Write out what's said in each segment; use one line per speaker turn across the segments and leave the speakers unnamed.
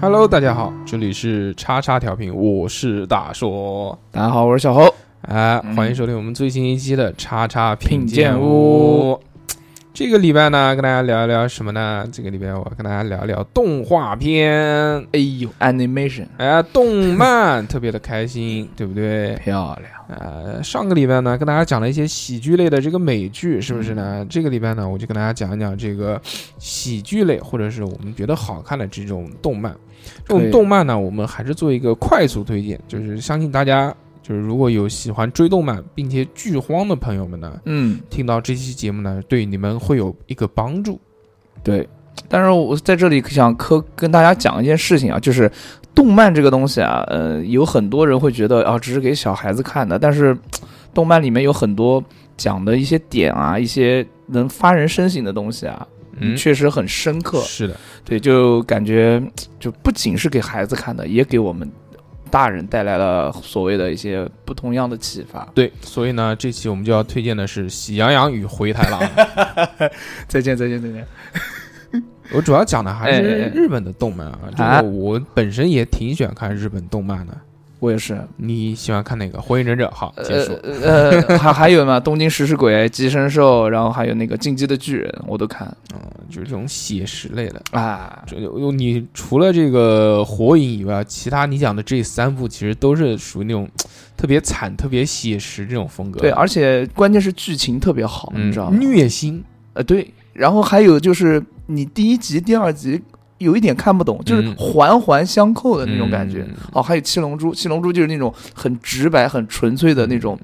Hello，大家好，这里是叉叉调频，我是大硕，
大家好，我是小侯。
哎、
嗯
欢迎收听我们最新一期的叉叉品
品
鉴
鉴屋。
这个礼拜呢，跟大家聊一聊什么呢？这个礼拜我跟大家聊一聊动画片，
哎呦，animation
哎，动 漫特别的开心，对不对？
漂亮，
呃，上个礼拜呢，跟大家讲了一些喜剧类的这个美剧，是不是
嗯
呢？这个礼拜呢，我就跟大家讲一讲这个喜剧类，或者是我们觉得好看的这种动漫。这种
对
动漫呢，我们还是做一个快速推荐，就是相信大家，就是如果有喜欢追动漫并且剧荒的朋友们呢，
嗯，
听到这期节目呢，对你们会有一个帮助。
对。但是我在这里想科跟大家讲一件事情啊，就是动漫这个东西啊，呃，有很多人会觉得啊，只是给小孩子看的，但是动漫里面有很多讲的一些点啊，一些能发人深省的东西啊，确实很深刻。
嗯是的，
对，就感觉就不仅是给孩子看的，也给我们大人带来了所谓的一些不同样的启发。
对，所以呢，这期我们就要推荐的是《喜羊羊与灰太狼》。
啊 再见，再见，再见。
我主要讲的还
哎哎
是
哎
日本的动漫啊，
啊
这个我本身也挺喜欢看日本动漫的。
我也是，
你喜欢看哪个？《火影忍者》好，结束。
呃，呃还还有嘛，《东京食尸鬼》《寄生兽》，然后还有那个《进击的巨人》，我都看
嗯，就是这种写实类的。
啊。
这你除了这个火影以外，其他你讲的这三部其实都是属于那种特别惨、特别写实这种风格。
对，而且关键是剧情特别好，
嗯
你知道，吗？
虐心
呃，对，然后还有就是你第一集、第二集有一点看不懂，就是
嗯
环环相扣的那种感觉。
嗯
哦，还有七龙珠，七龙珠就是那种很直白、很纯粹的那种，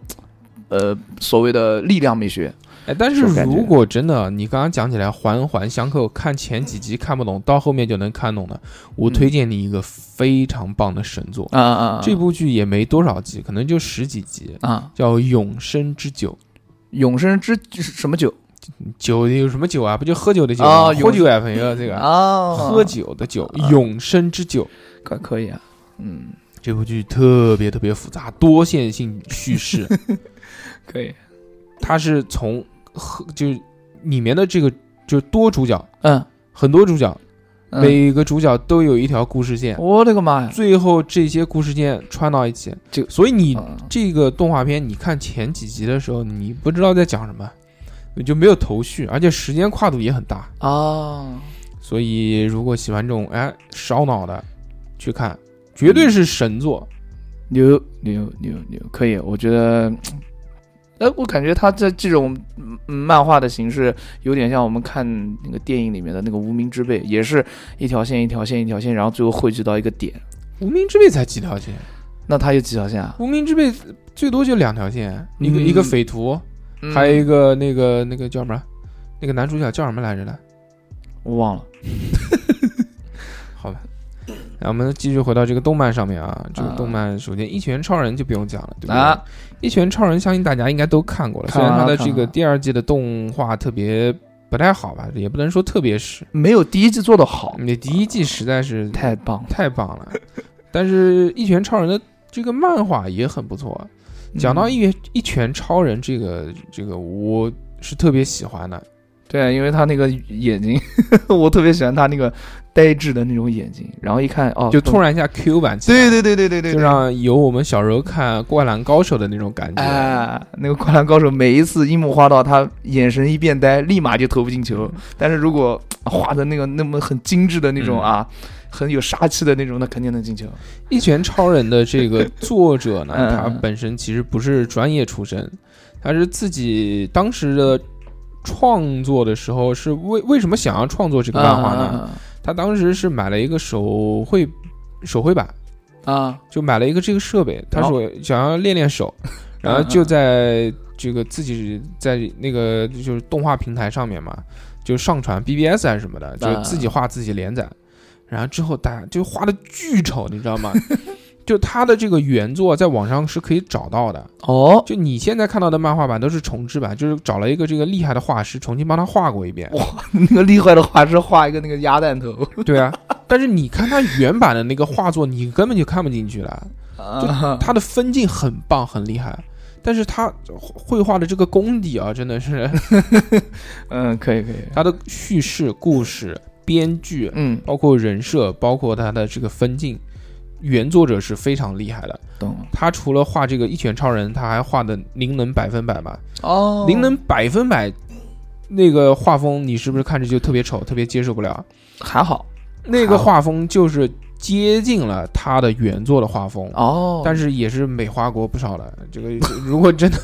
呃，所谓的力量美学。
哎，但是
这种感觉
如果真的你刚刚讲起来环环相扣，看前几集看不懂，到后面就能看懂的，我
嗯
推荐你一个非常棒的神作。
啊啊啊！
这部剧也没多少集，可能就十几集，
啊，
叫《永生之酒
永生之什么酒》。
酒有什么酒啊？不就喝酒的酒
啊
吗？
永
喝酒啊，朋友，这个
啊？
喝酒的酒，
啊
《永生之酒》
可可以啊，嗯，
这部剧特别特别复杂，多线性叙 事，
可以，
它是从喝就是里面的这个就是多主角，
嗯，
很多主角，
嗯
每个主角都有一条故事线，
我的个妈呀，
最后这些故事线串到一起，
这
所以你
嗯
这个动画片，你看前几集的时候，你不知道在讲什么，你就没有头绪，而且时间跨度也很大。
啊，
所以，如果喜欢这种哎烧脑的，去看，绝对是神作。
牛牛牛牛，可以，我觉得。哎，我感觉他这这种嗯漫画的形式，有点像我们看那个电影里面的那个《无名之辈》，也是一条线一条线一条线，然后最后汇聚到一个点。
无名之辈才几条线，
那他有几条线啊？
无名之辈最多就两条线，一个、
嗯
一个匪徒，
嗯
还有一个那个那个叫什么，那个男主角叫什么来着的？
我忘了。
好吧。那我们继续回到这个动漫上面啊，这个
啊
动漫首先《一拳超人》就不用讲了，对不对？
啊
一拳超人》相信大家应该都看过了，虽
看完
然它
了
的这
看
个
完了
第二季的动画特别不太好吧，也不能说特别是，
没有第一季做的好，
你第一季实在是
哦太棒了。
太棒了，但是《一拳超人》的这个漫画也很不错。讲到
嗯
一一拳超人这个这个，我是特别喜欢的。
对，因为他那个眼睛， 我特别喜欢他那个呆滞的那种眼睛，然后一看哦，
就突然一下 Q 版起来，
对对对对对对，
就让有我们小时候看《灌篮高手》的那种感觉。
哎，那个灌篮高手每一次樱木花道他眼神一变呆，立马就投不进球。
嗯
但是如果啊画的那个那么很精致的那
嗯
种啊，很有杀气的那种，那肯定能进球。，
一拳超人的这个作者呢
嗯嗯嗯
他本身其实不是专业出身，他是自己当时的创作的时候是为为什么想要创作这个漫画
嗯
呢？他当时是买了一个手绘手绘板，
啊啊
就买了一个这个设备，他
哦
说想要练练手，然后就在这个自己在那个就是动画平台上面嘛，就上传 BBS 还是什么的，就
嗯
自己画自己连载，然后之后大家就画的巨丑，你知道吗？ 就他的这个原作在网上是可以找到的，
哦，
就你现在看到的漫画版都是重制版，就是找了一个这个厉害的画师重新帮他画过一遍。
那个厉害的画师画一个那个鸭蛋头，
对啊，但是你看他原版的那个画作，你根本就看不进去了。
啊
他的分镜很棒，很厉害，但是他绘画的这个功底啊，真的是
嗯，可以可以，
他的叙事、故事、编剧，
嗯，
包括人设，包括他的这个分镜，原作者是非常厉害的。
懂了
他除了画这个一拳超人，他还画的灵能百分百嘛？
哦
灵能百分百那个画风，你是不是看着就特别丑，特别接受不了？
还好
那个
好
画风就是接近了他的原作的画风。
哦，
但是也是美化过不少了。这个如果真的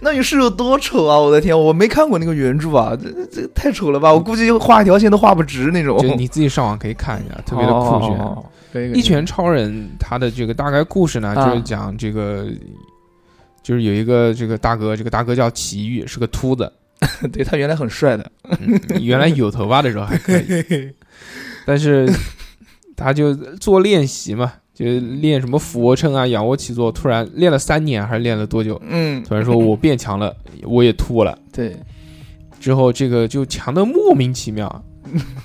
那你是有多丑啊！我的天，我没看过那个原著啊，这这这太丑了吧！我估计画一条线都画不直那种。
就 你自己上网可以看一下，特别的酷
哦
炫。
炫
一拳超人他的这个大概故事呢，
啊
就是讲这个，就是有一个这个大哥，这个大哥叫奇遇，是个秃子，
对他原来很帅的，
嗯原来有头发的时候还可以，但是他就做练习嘛，就练什么俯卧撑啊、仰卧起坐，突然练了三年还是练了多久，
嗯，
突然说我变强了，我也秃了。
对，
之后，这个就强的莫名其妙。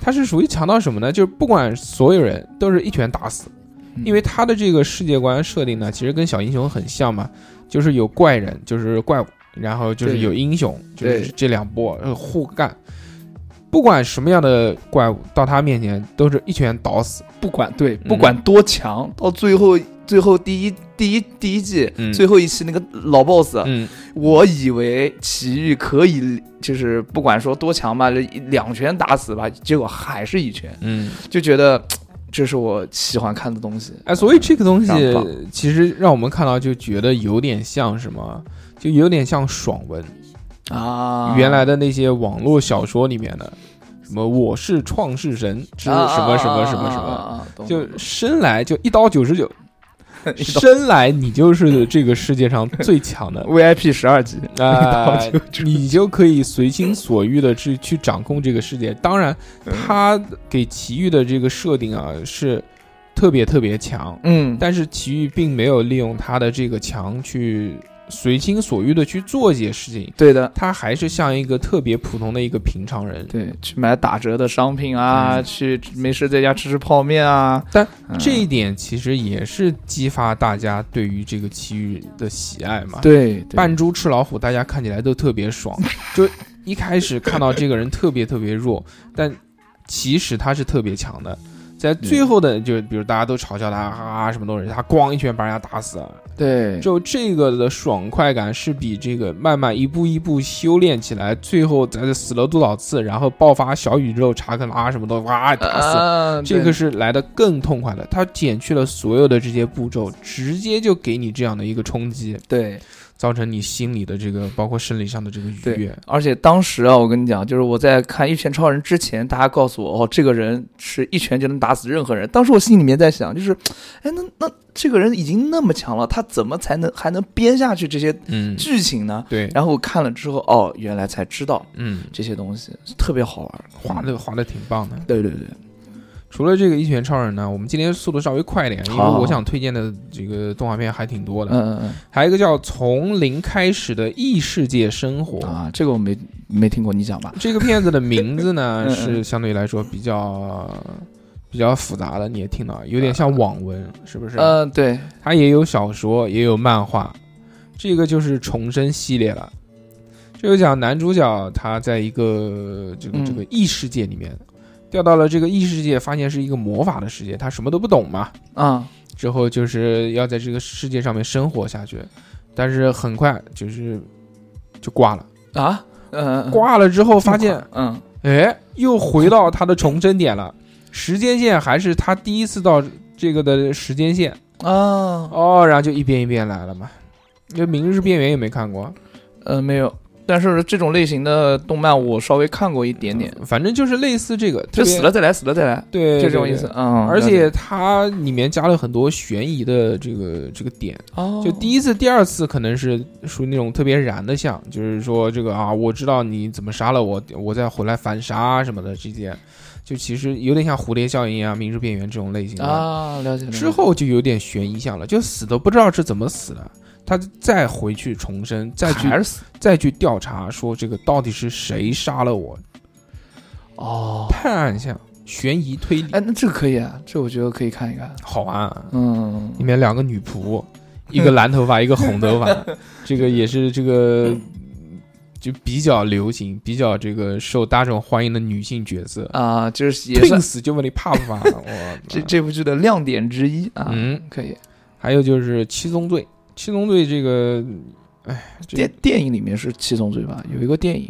他是属于强到什么呢？就是不管所有人都是一拳打死，
嗯
因为他的这个世界观设定呢，其实跟小英雄很像嘛，就是有怪人，就是怪物，然后就是有英雄，就
对
是这两波呃互干。不管什么样的怪物到他面前，都是一拳倒死。
不管对
嗯
不管多强，到最后最后第一第一第一季、
嗯
最后一期那个老 boss，、
嗯，
我以为奇遇可以就是不管说多强吧，两拳打死吧，结果还是一拳，
嗯，
就觉得嘖这是我喜欢看的东西。
哎，所以这个东西
非常棒
其实让我们看到就觉得有点像什么，就有点像爽文。
啊，
原来的那些网络小说里面的，什么我是创世神之什
啊
么什么什么什么，
啊，啊
就生来就一刀九十九，
啊 懂。
生来你就是这个世界上最强的
VIP 十二级，
啊、
一刀九
你就可以随心所欲的去去掌控这个世界。当然，他给奇遇的这个设定啊是特别特别强，
嗯，
但是奇遇并没有利用他的这个强去随心所欲的去做一些事情，
对的，
他还是像一个特别普通的一个平常人。
对，去买打折的商品啊，
嗯
去没事在家吃吃泡面啊，
但
嗯
这一点其实也是激发大家对于这个奇遇的喜爱嘛。
对对
扮猪吃老虎，大家看起来都特别 爽。就一开始看到这个人特别特别弱，但其实他是特别强的。在最后的，就比如大家都嘲笑他啊什么东西，他咣一拳把人家打死了。
对
就这个的爽快感是比这个慢慢一步一步修炼起来，最后在这死了多少次，然后爆发小宇宙查克拉什么的，哇打死，
啊
这
对
个是来的更痛快的，它减去了所有的这些步骤，直接就给你这样的一个冲击，
对
造成你心里的这个，包括生理上的这个愉悦。
而且当时啊，我跟你讲，就是我在看《一拳超人》之前，大家告诉我，哦，这个人是一拳就能打死任何人。当时我心里面在想，就是，哎，那那这个人已经那么强了，他怎么才能还能编下去这些
嗯，
剧情呢？
对，
然后我看了之后，哦，原来才知道
嗯，
这些东西特别好玩，
画的画的挺棒的。
对对对，
除了这个《一拳超人》呢，我们今天速度稍微快一点，因为
好
我想推荐的这个动画片还挺多的。
嗯嗯
还有一个叫《从零开始的异世界生活》
嗯，啊，这个我没没听过，你讲吧。
这个片子的名字呢
嗯嗯
是相对来说比较比较复杂的，你也听到，有点
啊
像网文，是不是？
嗯，对，
它也有小说，也有漫画，这个就是重生系列了。这就讲男主角他在一个这个
嗯
这个异世界里面，掉到了这个异世界，发现是一个魔法的世界，他什么都不懂嘛。
啊，
之后就是要在这个世界上面生活下去，但是很快就是就挂了。
啊，嗯，嗯
挂了之后发现，，
嗯，
哎，又回到他的重生点了，时间线还是他第一次到这个的时间线。
啊，
哦，然后就一遍一遍来了嘛。那《明日边缘》有没有看过？
呃，没有。但是这种类型的动漫我稍微看过一点点，
反正就是类嗯似这个，特
就
别
死了再来，死了再来，
对，
就这种
对
意思。。嗯，
对而
了
且
解
它里面加了很多悬疑的这个这个点，
哦，
就第一次、第二次可能是属于那种特别燃的像，就是说这个啊，我知道你怎么杀了我，我再回来反杀啊什么的这些，就其实有点像蝴蝶效应啊、明日边缘这种类型的。
啊，了解了解
之后就有点悬疑向了，就死都不知道是怎么死的，他再回去重生，再去
还是死
再去调查，说这个到底是谁杀了我？
哦，
探案项，悬疑推理，
哎，那这个可以啊，这我觉得可以看一看。
好玩、啊。
嗯
里面两个女 仆，一个蓝头发，一个红头发，这个也是这个就比较流行、比较这个受大众欢迎的女性角色，
啊，就是也
拼
算
死就问你怕不怕？啊我
这这部剧的亮点之一啊，
嗯，
可以。
还有就是《七宗罪》，《七宗罪》这个，哎，这
电电影里面是七宗罪吧？有一个电影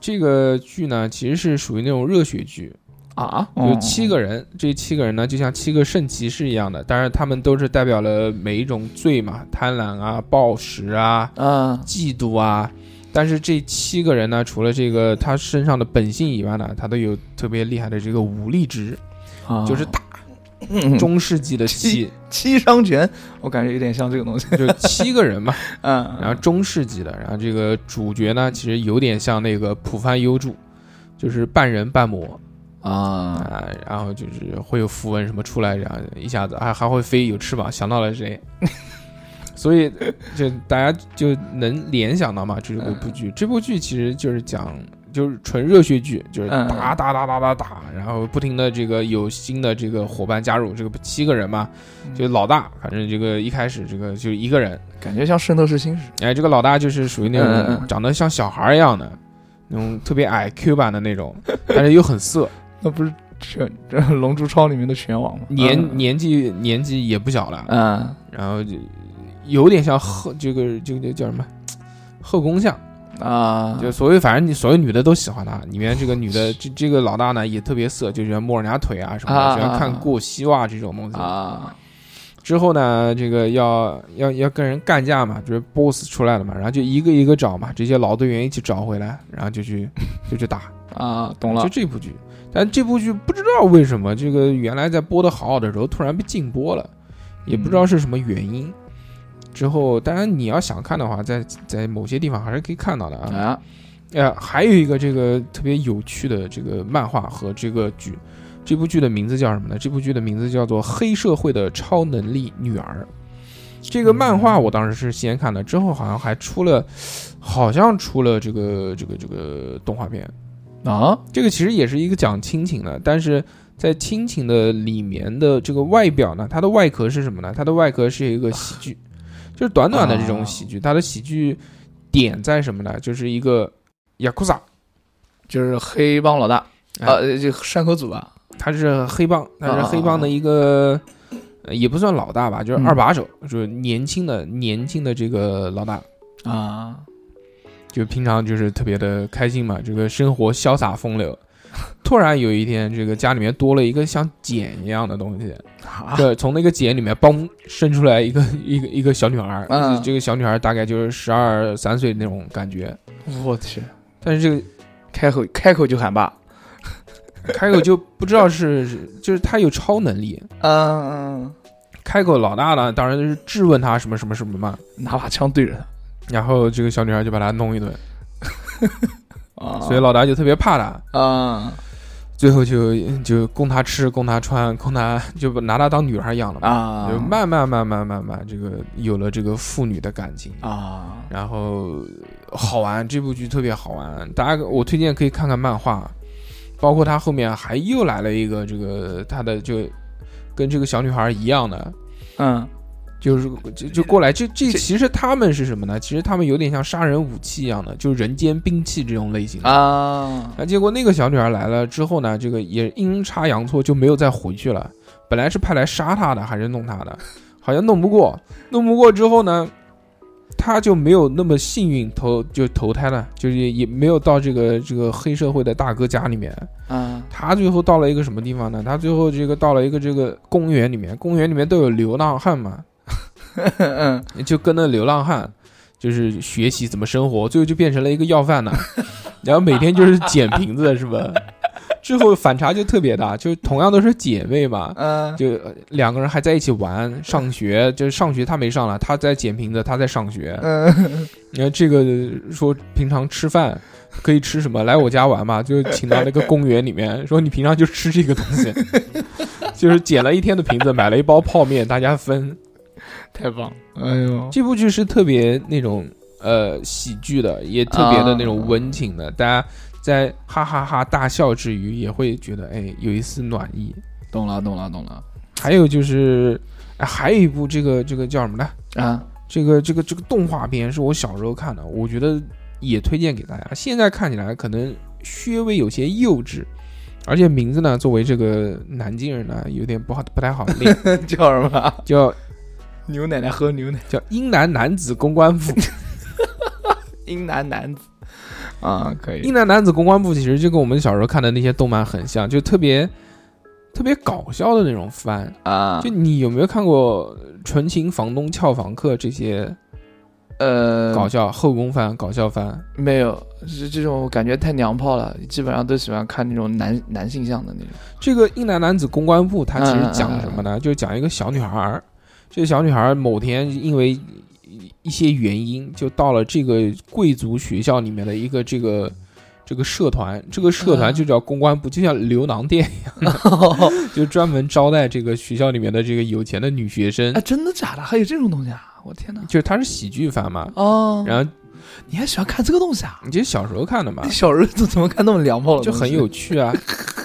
这个剧呢，其实是属于那种热血剧，
啊，
有七个人，这七个人呢，就像七个圣骑士一样的，当然他们都是代表了每一种罪嘛，贪婪啊、暴食啊、
啊
嫉妒啊。但是这七个人呢，除了这个他身上的本性以外呢，他都有特别厉害的这个武力值，
啊，
就是大
嗯
中世纪的七，
七伤拳，我感觉有点像这个东西。
就七个人嘛，
嗯，
然后中世纪的，然后这个主角呢，其实有点像那个浦饭优助，就是半人半魔
啊，
啊，然后就是会有符文什么出来，然后一下子还还会飞，有翅膀，想到了谁， 所以就大家就能联想到嘛，这是这
嗯
部剧，这部剧其实就是讲。就是纯热血剧，就是
嗯嗯
打打打打打打，然后不停的这个有新的这个伙伴加入，这个七个人嘛，
嗯
就老大，反正这个一开始这个就一个人，
感觉像《圣斗士星矢》
哎，这个老大就是属于那
嗯嗯
种
嗯
长得像小孩儿一样的，那种特别矮 Q 版的那种，但是又很色，
那不是拳《龙珠超》里面的拳王吗？
年年纪年纪也不小了，
嗯
然后就有点像后这个这个叫什么后宫相，
啊，
就所谓反正你所有女的都喜欢他，里面这个女的这这个老大呢也特别色，就喜欢摸人家腿啊什么的，
嗯啊
喜欢看过膝袜这种东西。
啊
之后呢，这个要要要跟人干架嘛，就是 boss 出来了嘛，然后就一个一个找嘛，这些老队员一起找回来，然后就去就去打。
啊，懂了
就。这部剧，但这部剧不知道为什么，这个原来在播的好好的时候，突然被禁播了，也不知道是什么原因。之后，当然你要想看的话，在在某些地方还是可以看到的啊。
啊，
呃，还有一个这个特别有趣的这个漫画和这个剧，这部剧的名字叫什么呢？这部剧的名字叫做《黑社会的超能力女儿》。这个漫画我当时是先看的，之后好像还出了，好像出了这个这个这个动画片。
啊，
这个其实也是一个讲亲情的，但是在亲情的里面的这个外表呢，它的外壳是什么呢？它的外壳是一个喜剧，就是短短的这种喜剧。它的喜剧点在什么呢？就是一个雅库萨，
就是黑帮老大啊，呃这个山口组吧，
他是黑帮，他是黑帮的一个，呃也不算老大吧，就是
嗯
二把手，就是年轻的年轻的这个老大。
啊，
就平常就是特别的开心嘛，这个生活潇洒风流。突然有一天，这个家里面多了一个像茧一样的东西，
啊
对，从那个茧里面嘣生出来一个一个一个小女孩，
嗯
这个小女孩大概就是十二三岁那种感觉，
我去，
但是这个
开口开口就喊爸，
开口就不知道是，是就是她有超能力。
嗯，
开口老大呢，当然就是质问她什么什么什么嘛，
拿把枪对着
然后这个小女孩就把她弄一顿，
他啊，
所以老大就特别怕她，
啊
最后就就供她吃，供她穿，供她就拿她当女孩养了嘛，
啊，
就慢慢慢慢慢慢这个有了这个父女的感情
啊，
然后好玩，这部剧特别好玩，大家我推荐可以看看漫画，包括他后面还又来了一个这个他的就跟这个小女孩一样的，
嗯，
就是就就过来，这这
这
其实他们是什么呢？其实他们有点像杀人武器一样的，就是人间兵器这种类型的。
啊
那结果那个小女孩来了之后呢，这个也阴差阳错就没有再回去了。本来是派来杀她的，还是弄她的，好像弄不过，弄不过之后呢，她就没有那么幸运投就投胎了，就是也没有到这个这个黑社会的大哥家里面。
啊
她最后到了一个什么地方呢？她最后这个到了一个这个公园里面，公园里面都有流浪汉嘛，
嗯
就跟那流浪汉。就是学习怎么生活，最后就变成了一个要饭的，然后每天就是捡瓶子，是吧？ 之后反差就特别大，就同样都是姐妹嘛，
嗯
就呃两个人还在一起玩、上学，就是上学他没上了，他在捡瓶子，他在上学。
嗯
你看这个说平常吃饭可以吃什么？来我家玩嘛，就请到那个公园里面，说你平常就吃这个东西， 就是捡了一天的瓶子，买了一包泡面，大家分。
太棒了，哎呦，
这部剧是特别那种呃喜剧的，也特别的那种温情的，大家在哈哈哈大笑之余，也会觉得哎有一丝暖意。
懂了懂了懂了
还有就是，哎还有一部这个这个叫什么呢？
啊
这个这个这个动画片是我小时候看的，我觉得也推荐给大家。现在看起来可能稍微有些幼稚，而且名字呢，作为这个南京人呢，有点不好不太好念，
叫什么？
叫
牛奶奶喝牛奶，
叫英南男子公关部。
英男男子啊，可以
英男男子公关部其实就跟我们小时候看的那些动漫很像，就特别特别搞笑的那种番。
啊，
就你有没有看过《纯情房东俏房客》这些
呃，
搞笑后宫番、搞笑番？
没有，这这种感觉太娘炮了，基本上都喜欢看那种男男性向的那种。
这个英男男子公关部，它其实讲什么呢？就讲一个小女孩儿，这个小女孩儿某天因为一一些原因，就到了这个贵族学校里面的一个这个这个社团，这个社团就叫公关部，就像牛郎店一样， 就专门招待这个学校里面的这个有钱的女学生
哎，。真的假的？还有这种东西啊！我天哪！
就是它是喜剧番嘛，
哦，
然后
你还喜欢看这个东西啊？
你这小时候看的嘛
你，小时候怎么看那么娘炮的？
就很有，趣啊。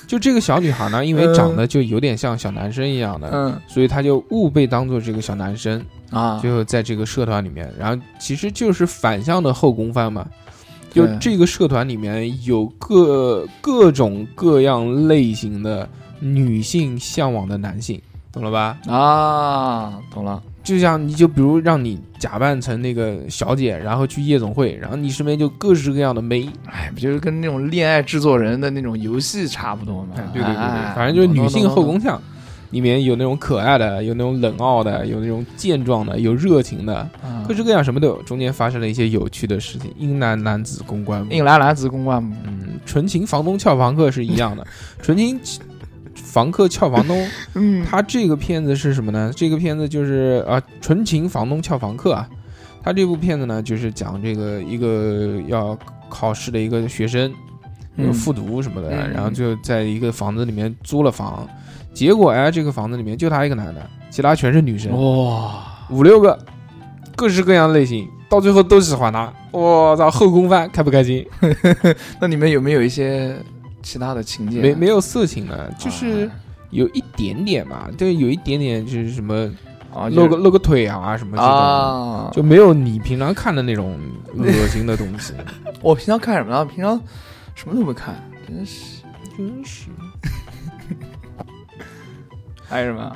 就这个小女孩呢，因为长得就有点像小男生一样的，
嗯
所以她就误被当做这个小男生，
啊，
就在这个社团里面。然后其实就是反向的后宫番嘛，就
对
这个社团里面有各各种各样类型的女性向往的男性，懂了吧？
啊，懂了。
就像你就比如让你假扮成那个小姐，然后去夜总会，然后你身边就各式各样的妹，
哎，不就是跟那种恋爱制作人的那种游戏差不多吗？
哎，对对对
哎
对，反正就是女性后。
懂懂懂懂
宫像，里面有那种可爱的，有那种冷傲的，有那种健壮的，有热情的，
嗯
各式各样什么都有。中间发生了一些有趣的事情，英男男子公关部，
硬拉男子公关嘛
嗯，纯情房东俏房客是一样的，纯情房客俏房东，
嗯
他这个片子是什么呢？这个片子就是啊，纯情房东俏房客啊。他这部片子呢，就是讲这个一个要考试的一个学生，有
嗯
复读什么的，
嗯
然后就在一个房子里面租了房，结果哎，这个房子里面就他一个男的，其他全是女生，
哦哇，
五六个，各式各样的类型，到最后都喜欢他。我操，后宫番开不开心？
那里面有没有一些其他的情节啊？
没没有色情的，就是
啊
有一点点吧，对，有一点点就是什么
啊，
露
就
个
是
露个腿啊什么这种。
啊，
就没有你平常看的那 种恶心的东西，
我平常看什么呢？平常什么都不看，真是
真是。
还有什么啊？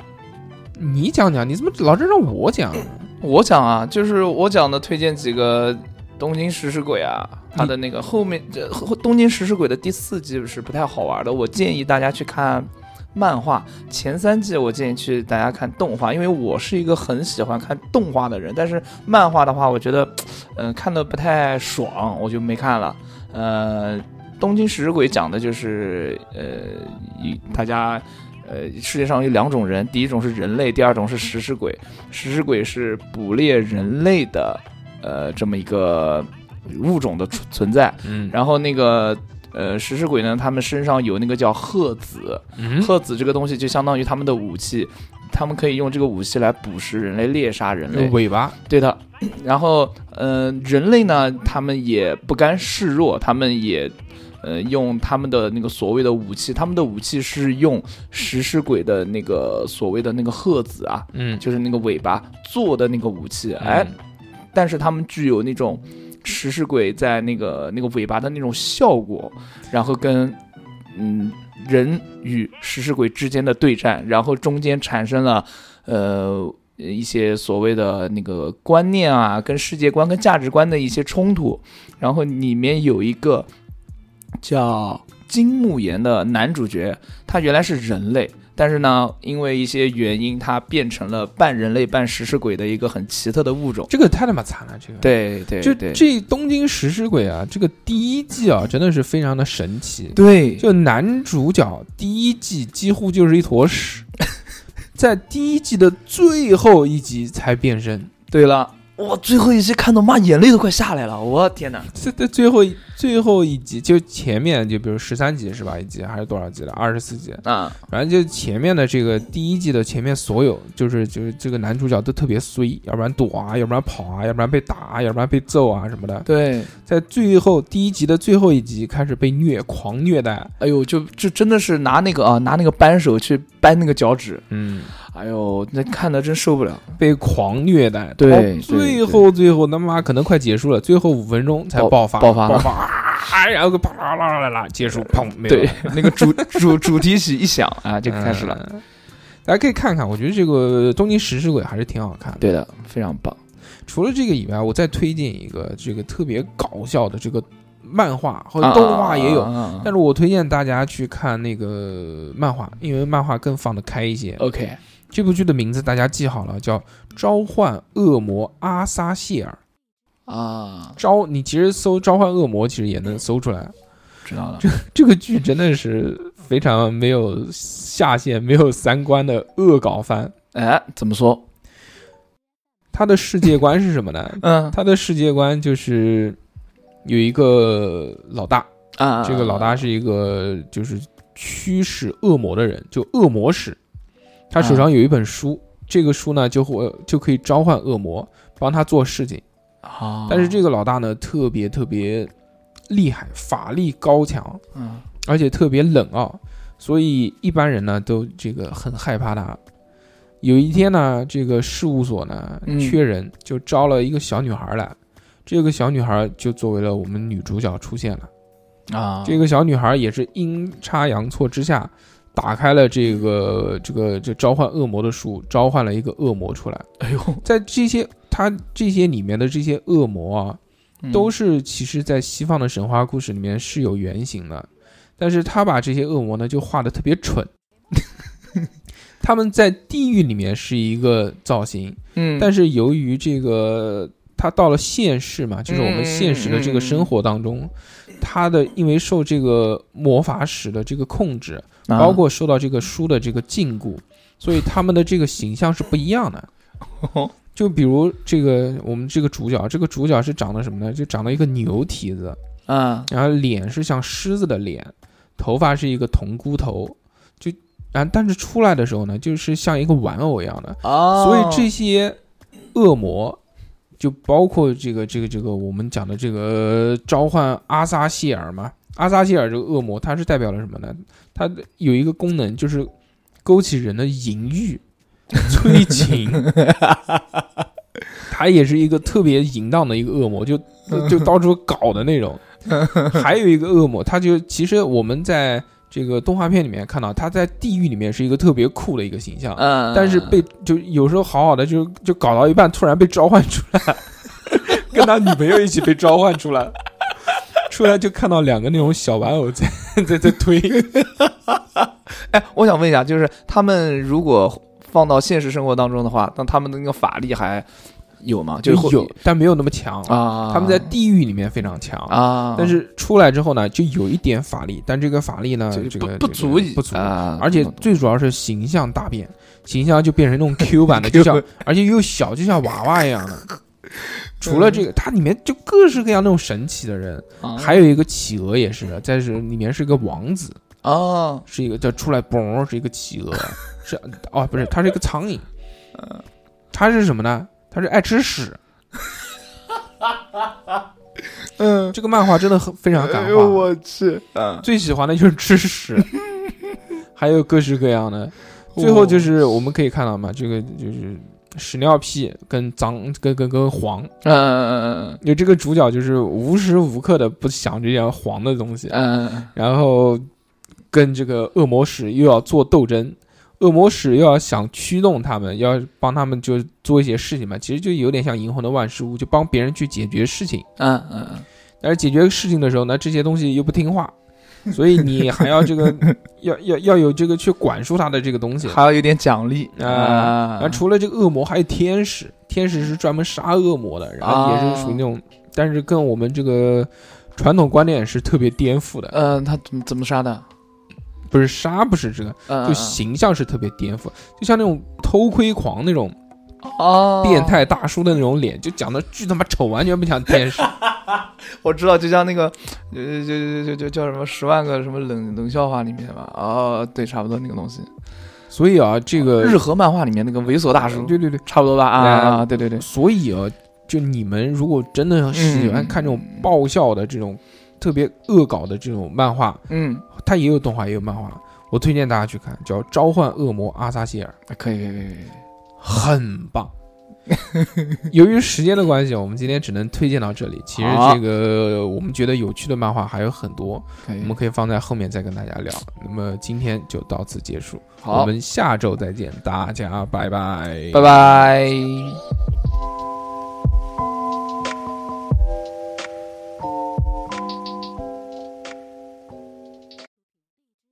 你讲讲，你怎么老是让我讲？
我讲啊，就是我讲的推荐几个《东京食尸鬼》啊，它的那个后面这后《东京食尸鬼》的第四季是不太好玩的，我建议大家去看漫画。前三季我建议去大家看动画，因为我是一个很喜欢看动画的人，但是漫画的话，我觉得，嗯、看的不太爽，我就没看了。呃，《东京食尸鬼》讲的就是，呃，一大家。呃，世界上有两种人，第一种是人类，第二种是食尸鬼。食尸鬼是捕猎人类的呃这么一个物种的存存在。
嗯
然后那个呃食尸鬼呢，他们身上有那个叫鹤子，
嗯
鹤子这个东西就相当于他们的武器，他们可以用这个武器来捕食人类、猎杀人类。
尾巴，
对的。然后，呃，人类呢，他们也不甘示弱，他们也，呃，用他们的那个所谓的武器，他们的武器是用食尸鬼的那个所谓的那个鹤子啊，
嗯，
就是那个尾巴做的那个武器，哎，
嗯，
但是他们具有那种食尸鬼在那个那个尾巴的那种效果，然后跟嗯人与食尸鬼之间的对战，然后中间产生了呃一些所谓的那个观念啊，跟世界观、跟价值观的一些冲突，然后里面有一个叫金木研的男主角，他原来是人类。但是呢，因为一些原因，他变成了半人类半食尸鬼的一个很奇特的物种。
这个太他妈惨了，这个。
对对
就
对
这东京食尸鬼啊，这个第一季啊，真的是非常的神奇。
对
就男主角第一季几乎就是一坨 屎，在第一季的最后一集才变身。
对了，我最后一集看到妈眼泪都快下来了，我天哪！
这这最后一最后一集，就前面就比如十三集是吧？一集还是多少集了？二十四集，
啊，
反正就前面的这个第一季的前面所有，就是就是这个男主角都特别衰，要不然躲啊，要不然跑啊，要不然被打啊，要不然被揍啊什么的。
对，
在最后第一集的最后一集开始被虐，狂虐待。
哎呦，就就真的是拿那个啊，拿那个扳手去扳那个脚趾，
嗯，
哎呦，那看的真受不了。
被狂虐待，
对
到
对
最后最后他妈可能快结束了，最后五分钟才爆
爆
发，
爆发
爆
了
发，啊然后个啪啦啦啦啦结束，砰，没有
对
了，
那个主 主主题曲一响啊，就开始了。。
嗯大家可以看看，我觉得这个《东京食尸鬼》还是挺好看的。
对的，非常棒。
除了这个以外，我再推荐一个这个特别搞笑的这个漫画和
啊
动画也有，
啊啊啊啊
但是我推荐大家去看那个漫画，因为漫画更放得开一些。
OK，
这部剧的名字大家记好了，叫《召唤恶魔阿萨谢尔》。
啊，
召，你其实搜《召唤恶魔》，其实也能搜出来。
知道了。
这个剧真的是非常没有下限、没有三观的恶搞番。
哎，怎么说？
它的世界观是什么呢？
嗯
它的世界观就是有一个老大，
啊，
这个老大是一个就是驱使恶魔的人，就恶魔使。他手上有一本书，这个书呢就会就可以召唤恶魔帮他做事情。
啊，
但是这个老大呢特别特别厉害，法力高强，
嗯
而且特别冷傲，所以一般人呢都这个很害怕他。有一天呢，这个事务所呢
嗯
缺人，就招了一个小女孩来。这个小女孩就作为了我们女主角出现了。
啊，
这个小女孩也是阴差阳错之下，打开了这个这个这召唤恶魔的书，召唤了一个恶魔出来。
哎呦，
在这些他这些里面的这些恶魔啊，
嗯
都是其实在西方的神话故事里面是有原型的，但是他把这些恶魔呢就画的特别蠢。 他们在地狱里面是一个造型，
嗯，
但
是
是由于这个他到了现世嘛，就是我们现实的这个生活当中，他的因为受这个魔法使的这个控制，
啊
包括受到这个书的这个禁锢，所以他们的这个形象是不一样的。就比如这个我们这个主角，这个主角是长得什么呢？就长得一个牛蹄子，
啊
然后脸是像狮子的脸，头发是一个铜箍头，就然后但是出来的时候呢，就是像一个玩偶一样的。
啊，
所以这些恶魔，就包括这个这个这个我们讲的这个呃召唤阿萨谢尔嘛。阿萨谢尔这个恶魔，它是代表了什么呢？它有一个功能就是勾起人的淫欲、 催情。它也是一个特别淫荡的一个恶魔，就就到处搞的那种。还有一个恶魔，他就其实我们在这个动画片里面看到，他在地狱里面是一个特别酷的一个形象。
嗯，
但是被就有时候好好的就就搞到一半，突然被召唤出来， 跟他女朋友一起被召唤出来，出来就看到两个那种小玩偶在 在在推，
哎，我想问一下，就是他们如果放到现实生活当中的话，那他们的那个法力还有吗？ 就
就
会
有，但没有那么强。
啊，
他们在地狱里面非常强，
啊，
但是出来之后呢，就有一点法力，但这个法力呢
就，
啊这个
不不足以
不足，
啊，
而且
懂懂
最主要是形象大变，形象就变成那种 Q 版的，就
Q
像而且又小，就像娃娃一样的。 除了这个，它里面就各式各样那种神奇的人，
啊
还有一个企鹅也是的，在是里面是个王子，
哦
是一个叫出来嘣是一个企鹅，是哦不是，它是一个苍蝇，它是什么呢？它是爱吃屎。
嗯，
这个漫画真的很非常感
哎呦
化，
我去，嗯，
最喜欢的就是吃 屎，还有各式各样的。
哦
最后就是我们可以看到嘛，这个就是屎尿屁跟脏跟跟跟黄，
嗯嗯
有这个主角就是无时无刻的不想这些黄的东西，
嗯嗯
然后跟这个恶魔使又要做斗争，恶魔使又要想驱动他们，要帮他们就做一些事情嘛，其实就有点像银魂的万事屋，就帮别人去解决事情。
嗯嗯
但是解决事情的时候呢，这些东西又不听话，所以你还要这个要要要有这个去管束它的这个东西
嗯，。还要有点奖励
啊
啊
然后除了这个恶魔，还有天使，天使是专门杀恶魔的，然后也是属于那种，但是跟我们这个传统观念是特别颠覆的，
嗯，他怎么怎么杀的？
不是杀不是这个，
嗯，
就形象是特别颠覆，就像那种偷窥狂那种
哦，
变态大叔的那种脸，就讲的巨他妈丑，完全不像天 使。
我知道，就像那个，呃，就就就就叫什么十万个什么冷冷笑话里面吧，哦，对，差不多那个东西，
所以啊，这个
日和漫画里面那个猥琐大叔，
对对对，
差不多吧？啊
哎
啊，啊对对对，
所以啊，就你们如果真的喜欢看这种爆笑的这种特别恶搞的这种漫画，
嗯
它也有动画，也有漫画。我推荐大家去看，叫《召唤恶魔阿萨希尔
哎可以可以可以可以，》，
很棒。 由于时间的关系，我们今天只能推荐到这里。其实
好
这个我们觉得有趣的漫画还有很多，
可
我
以
们可以放在后面再跟大家聊。那么今天就到此结束，我
好，
们下周再见，大家拜拜，
拜拜。